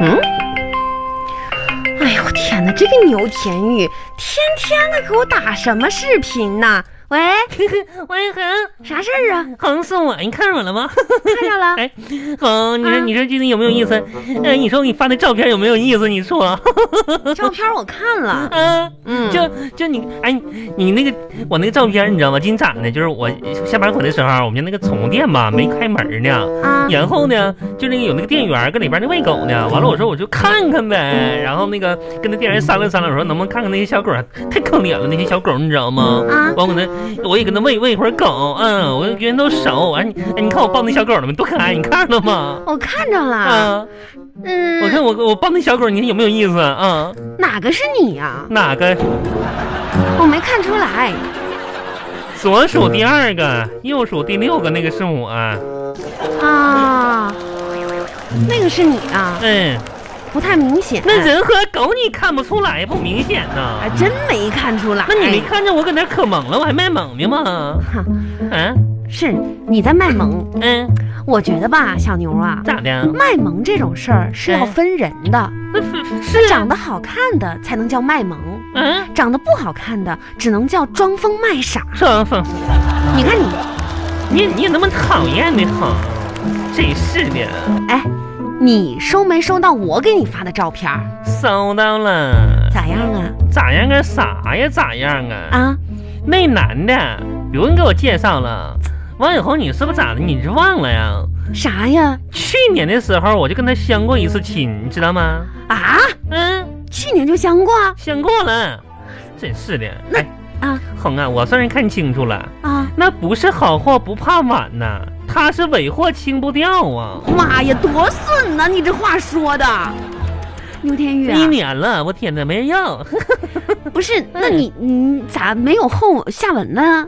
嗯，哎呦天哪，这个牛田玉天天的给我打什么视频呢？喂， 喂，恒，啥事儿 啊？恒是我，你看上我了吗？ 看上了？哎，恒，你说你说最近有没有意思？哎，你说我给你发的照片有没有意思？你说， 照片我看了，啊，嗯，就就你，哎，你那个我那个照片你知道吗？今天咋的？就是我下班回来的时候，啊我们家那个宠物店吧没开门呢。啊，然后呢，就那个有那个店员跟里边那喂狗呢。完了，我说我就看看呗。然后那个跟那店员商量商量，我说能不能看看那些小狗？太可怜了，那些小狗你知道吗？啊完我给它，我也给它喂喂一会儿狗。嗯，我跟人都熟。完你，哎，你看我抱那小狗了吗？多可爱，你看了吗？我看着了，啊，我嗯，看我我抱那小狗，你看有没有意思啊？哪个是你呀？哪个我没看出来，左数第二个，右数第六个，那个是我。啊，那个是你啊，嗯，不太明显，那人和狗你看不出来，不明显呐。还真没看出来。哎那你没看着我搁那儿可萌了，我还卖萌呢吗？哈嗯是你在卖萌，嗯，我觉得吧，小牛啊，咋的？卖萌这种事儿是要分人的，那哎是啊是长得好看的才能叫卖萌，嗯，长得不好看的只能叫装疯卖傻。双峰，你看你，你你也那么讨厌的很，真是的，哎，你收没收到我给你发的照片儿？收到了，咋样啊？咋样啊？啥呀？咋样啊？啊，那男的，刘恩给我介绍了。王永红，你是不是咋的？你是忘了呀？啥呀？去年的时候我就跟他相过一次亲，你知道吗？啊，嗯，去年就相过相过了，真是的。哎，啊红啊，我算是看清楚了。啊！那不是好货不怕晚呐、他是尾货清不掉啊！妈呀，多损呐、你这话说的，牛天宇、啊一，年了，我天哪，没人要。不嗯是？那你你咋没有后下文呢？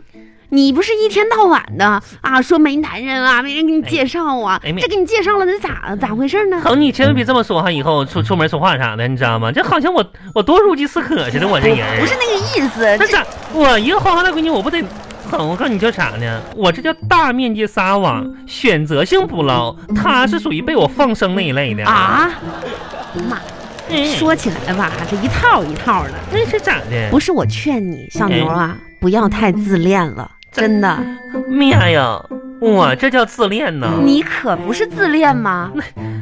你不是一天到晚的啊，说没男人啊，没人给你介绍啊，哎哎没这给你介绍了，那咋咋回事呢？好，你千万别这么说哈，以后出出门说话啥的，你知道吗？这好像我我多如饥似渴似的，我这人。不是，那个意思，那这咋？我一个黄花大闺女，我不得？哼，我告诉你叫啥呢？我这叫大面积撒网，嗯选择性捕捞。他是属于被我放生那一类的！啊，妈，嗯、说起来吧，这一套一套的。那是哎咋的？不是我劝你，小牛啊，不要太自恋了，真的，妈哎呀，我这叫自恋呐！你可不是自恋吗？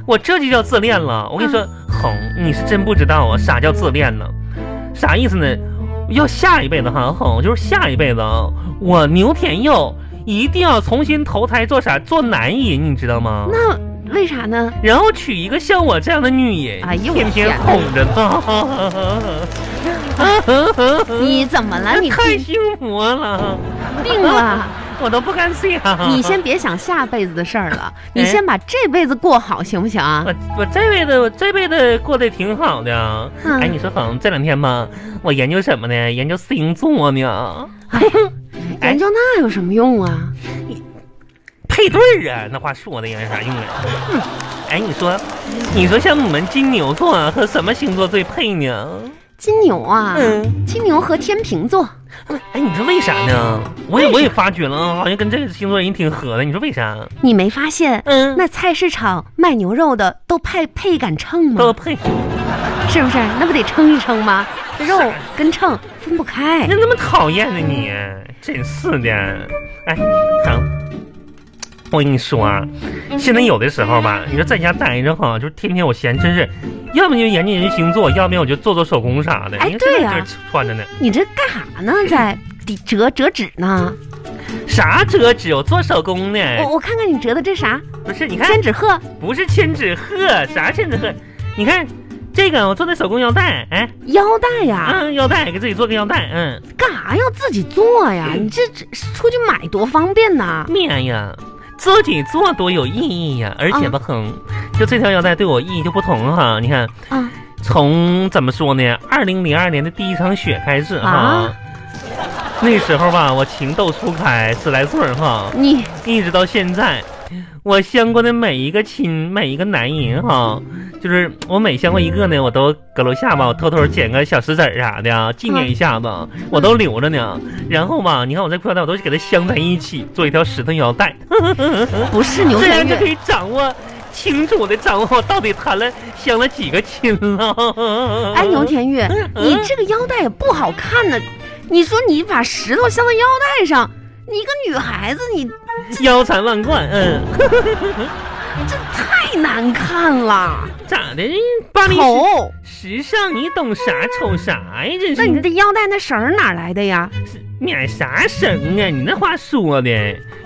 我这就叫自恋了。嗯我跟你说，红，你是真不知道啊，啥叫自恋呢？啥意思呢？要下一辈子哈，红，就是下一辈子啊，我牛田佑一定要重新投胎做啥？做男人，你知道吗？那为啥呢？然后娶一个像我这样的女人，哎呦我天天天哄着 她，你怎么了？你太病幸福了，病了？嗯我都不啊敢想。你先别想下辈子的事儿了，你哎先把这辈子过好，行不行啊？我我这辈子我这辈子过得挺好的啊，嗯哎，你说好像这两天吧，我研究什么呢？研究星座呢， 哎研究那有什么用啊？配对儿啊，那话说的呀，有啥用啊？ 哼哎，你说，你说像我们金牛座啊和什么星座最配呢？金牛啊，嗯金牛和天秤座，哎，你说为啥呢？我也我也发觉了啊，好像跟这个星座人挺合的。你说为啥？你没发现嗯，那菜市场卖牛肉的都配配一杆秤吗都？配，是不是？那不得称一称吗？肉跟秤分不开那。那哎么讨厌呢你，啊真是的。哎，好，我跟你说啊，现在有的时候吧，你说在家待着哈，就是天天我闲，真是，要么就研究研究星座，要么我就做做手工啥的。哎你看现在对呀这穿着呢，你这干啥呢？ 在底折折纸呢？啥折纸，我做手工呢。我我看看你折的这啥？不是，你看，千纸鹤不是千纸鹤，啥千纸鹤？你看这个，我做的手工腰带，哎，腰带呀？嗯，腰带给自己做个腰带，嗯。干啥要自己做呀？你这这出去买多方便呐！妈呀，自己做多有意义呀、而且吧，哼，就这条腰带对我意义就不同哈。你看，啊从怎么说呢，二零零二年的第一场雪开始哈。啊那时候吧，我情窦初开，自来水儿哈，你一直到现在，我相过的每一个亲，每一个男人哈，就是我每相过一个呢，我都搁楼下吧，我偷偷捡个小石子儿啥的啊，纪念一下子，我都留着呢。然后吧，你看我这裤腰带，我都给它镶在一起，做一条石头腰带，不是牛这田样就玉可。以掌握清楚的掌握我到底谈了相了几个亲了。哎，牛田玉，你这个腰带也不好看呢。你说你把石头镶在腰带上，你一个女孩子，你腰缠万贯，嗯，这太难看了，咋的？巴黎时丑。时尚，你懂啥瞅啥呀？真那你是这腰带那绳儿哪来的呀？免啥绳啊？你那话说的，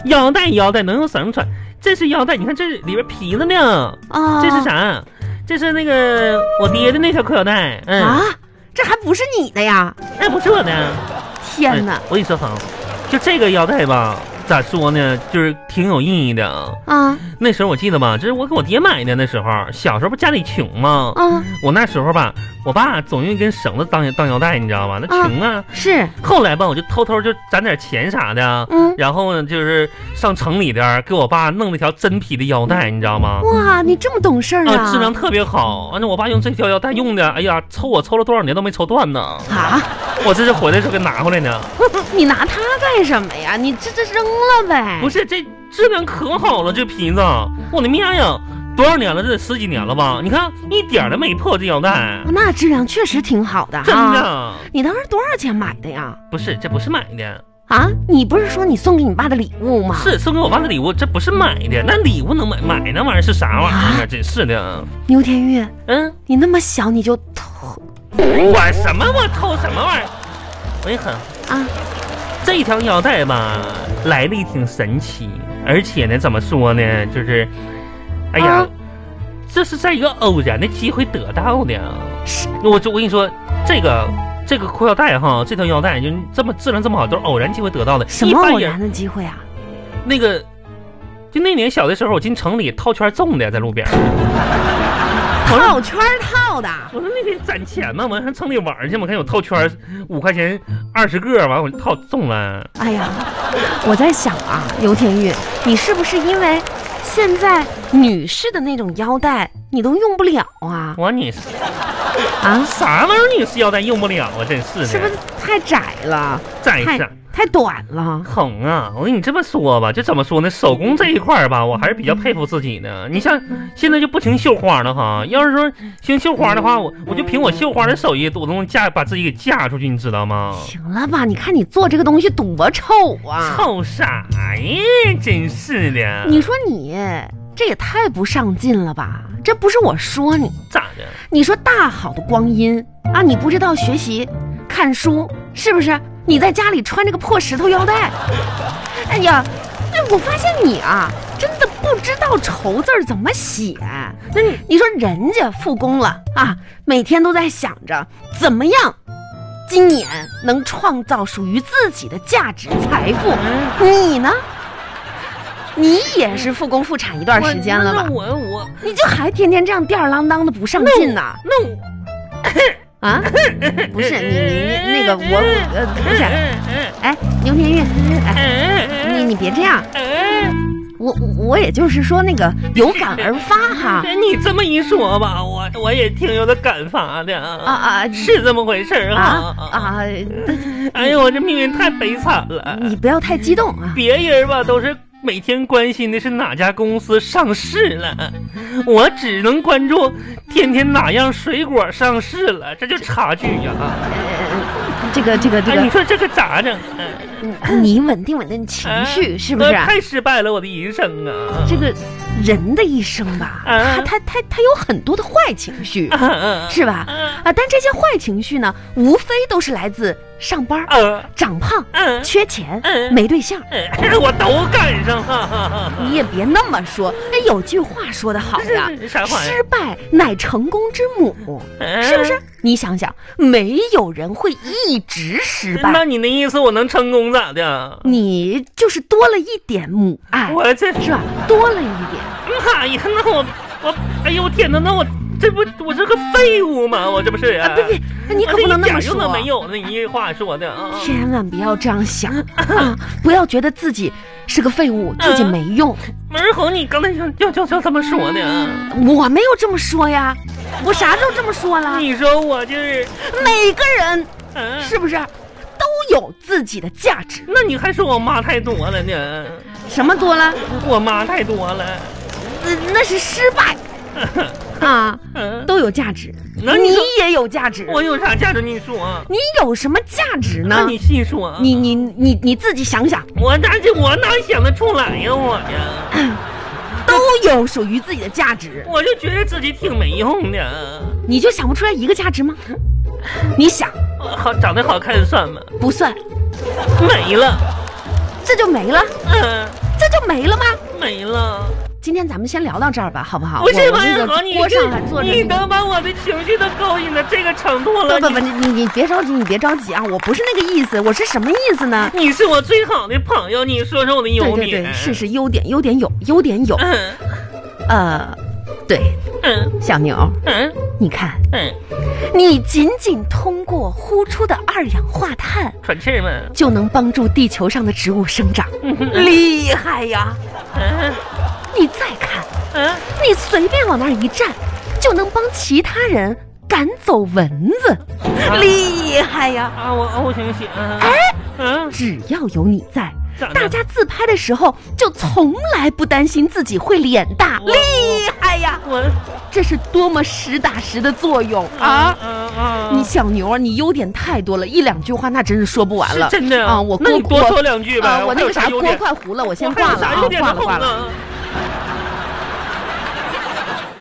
腰带腰带能用绳穿，这是腰带，你看这里边皮子呢，啊，这是啥？这是那个我爹的那条裤腰带，嗯，啊？这还不是你的呀！那、不是我的。天哪哎，我跟你说恒，就这个腰带吧，咋说呢，就是挺有意义的啊。啊那时候我记得吧，这是我给我爹买的。那时候小时候不家里穷吗？啊，我那时候吧，我爸总用一根绳子当当腰带，你知道吧？那穷啊。是，后来吧，我就偷偷就攒点钱啥的，嗯，然后呢，就是上城里边儿给我爸弄了条真皮的腰带，你知道吗？啊哇，你这么懂事儿啊，质量啊！特别好。完了，我爸用这条腰带用的，哎呀，抽我抽了多少年都没抽断呢。啊， 我这是回来时候给拿回来呢。你拿它干什么呀？你这这扔了呗？不是，是，这质量可好了，这皮子，我的妈呀，多少年了？这得十几年了吧？你看一点儿都没破这腰带，那质量确实挺好的真哈。的你当时多少钱买的呀？不是，这不是买的，啊，你不是说你送给你爸的礼物吗？是送给我爸的礼物，这不是买的。那礼物能买买那玩意儿是啥玩意儿啊？真是的，牛天玉，嗯，你那么小你就偷我什么我偷什么玩意儿？我也很啊？这条腰带吧，来历挺神奇，而且呢，怎么说呢，就是，哎呀，啊这是在一个偶然的机会得到的。是我就我跟你说，这个这个裤腰带哈，这条腰带就这么质量这么好，都是偶然机会得到的。什一么般偶人然的机会啊？那个，就那年小的时候，我进城里套圈种的，在路边儿。我说套圈儿套的，我说那个攒钱嘛，我上城里玩儿去嘛，看我套圈儿五块钱二十个，完我就套中了。哎呀，我在想啊，刘天玉，你是不是因为现在女士的那种腰带你都用不了啊？我说你是啊，啥玩意儿？你是腰带用不了啊，真是的。是不是太窄了，再太上太短了？哄啊！我跟你这么说吧，就怎么说呢？手工这一块儿吧，我还是比较佩服自己的。你像现在就不停绣花了哈，要是说兴绣花的话，我我就凭我绣花的手艺，我都能嫁把自己给嫁出去，你知道吗？行了吧，你看你做这个东西多臭啊！臭啥呀？真是的，你说你这也太不上进了吧？这不是我说你，咋的？你说大好的光阴啊，你不知道学习、看书，是不是？你在家里穿这个破石头腰带， 哎呀，那我发现你啊，真的不知道“愁”字儿怎么写。那你你说人家复工了啊，每天都在想着怎么样，今年能创造属于自己的价值财富。你呢？你也是复工复产一段时间了吧那？我我你就还天天这样吊儿郎当的不上进呢？那我啊， 不是你你你那个我呃不嗯是，哎，牛田玉，哎，你你别这样，嗯我我也就是说那个有感而发哈，嗯你这么一说吧，我我也挺有点感发的啊啊是这么回事儿啊啊，哎呦，我这命运太悲惨了。你不要太激动啊，别人吧都是每天关心的是哪家公司上市了，我只能关注天天哪样水果上市了，这就差距呀、呃这个这个这哎，你个，说这可咋整？哎你稳定稳定情绪是不是啊哎？太失败了我的人生啊！这个人的一生吧，他啊他他他有很多的坏情绪啊啊是吧？啊啊，但这些坏情绪呢，无非都是来自上班儿、啊长胖、嗯缺钱、嗯没对象。哎我都赶上了。你也别那么说，哎，有句话说得好呀，啥嗯玩意失败乃成功之母，儿？嗯是不是？你想想，没有人会一直失嗯那败，你那意思我能成功咋的？你就是多了一点母爱，我啊这是吧？多了一点，妈呀，那我我哎呦我天哪，那我这不我这个废物吗？我这不是、啊，别别，你可不能那么说我这一点用。都没有那一句话说的啊。千万不要这样想啊！不要觉得自己是个废物，自己嗯没用。门儿红，你刚才要要要要这么说的？啊我没有这么说呀，我啥时候这么说了？你说我就是，每个人嗯、是不是都有自己的价值？那你还说我妈太多了呢？什么多了，我妈太多了，呃那是失 败啊，嗯、都有价值。那你你说也有价值，我有啥价值？你说，你有什么价值那呢？你细说。你你你你自己想想，我哪这我哪想得出来呀？我呀，都有属于自己的价值，我就觉得自己挺没用的。你就想不出来一个价值吗？你想好，长得好看算吗？不算，没了，这就没了，嗯、这就没了吗？没了。今天咱们先聊到这儿吧，好不好？不是我王我那永个红，你锅这上还坐着你呢。能把我的情绪都勾引到这个程度了？不不 你不，你你你别着急，你别着急啊！我不是那个意思，我是什么意思呢？你是我最好的朋友，你说说我的优对点。对对，是。是优点，优点有，优点有。嗯呃，对，嗯小牛，嗯你看，嗯，你仅仅通过呼出的二氧化碳，喘气儿嘛。就能帮助地球上的植物生长，嗯哼厉害呀！嗯你再看，嗯，你随便往那儿一站，就能帮其他人赶走蚊子，厉害呀！啊，我 O 型血。嗯嗯，只要有你在咋，的大家自拍的时候就从来不担心自己会脸大，哇厉害呀！我这是多么实打实的作用啊啊！嗯啊，你小牛啊，你优点太多了，一两句话那真是说不完是了。真的啊，我那锅你多说两句呗。啊，我还那有个啥啥优锅点？快糊了，我先还有挂了啥啊优，点挂呢了挂了。红啊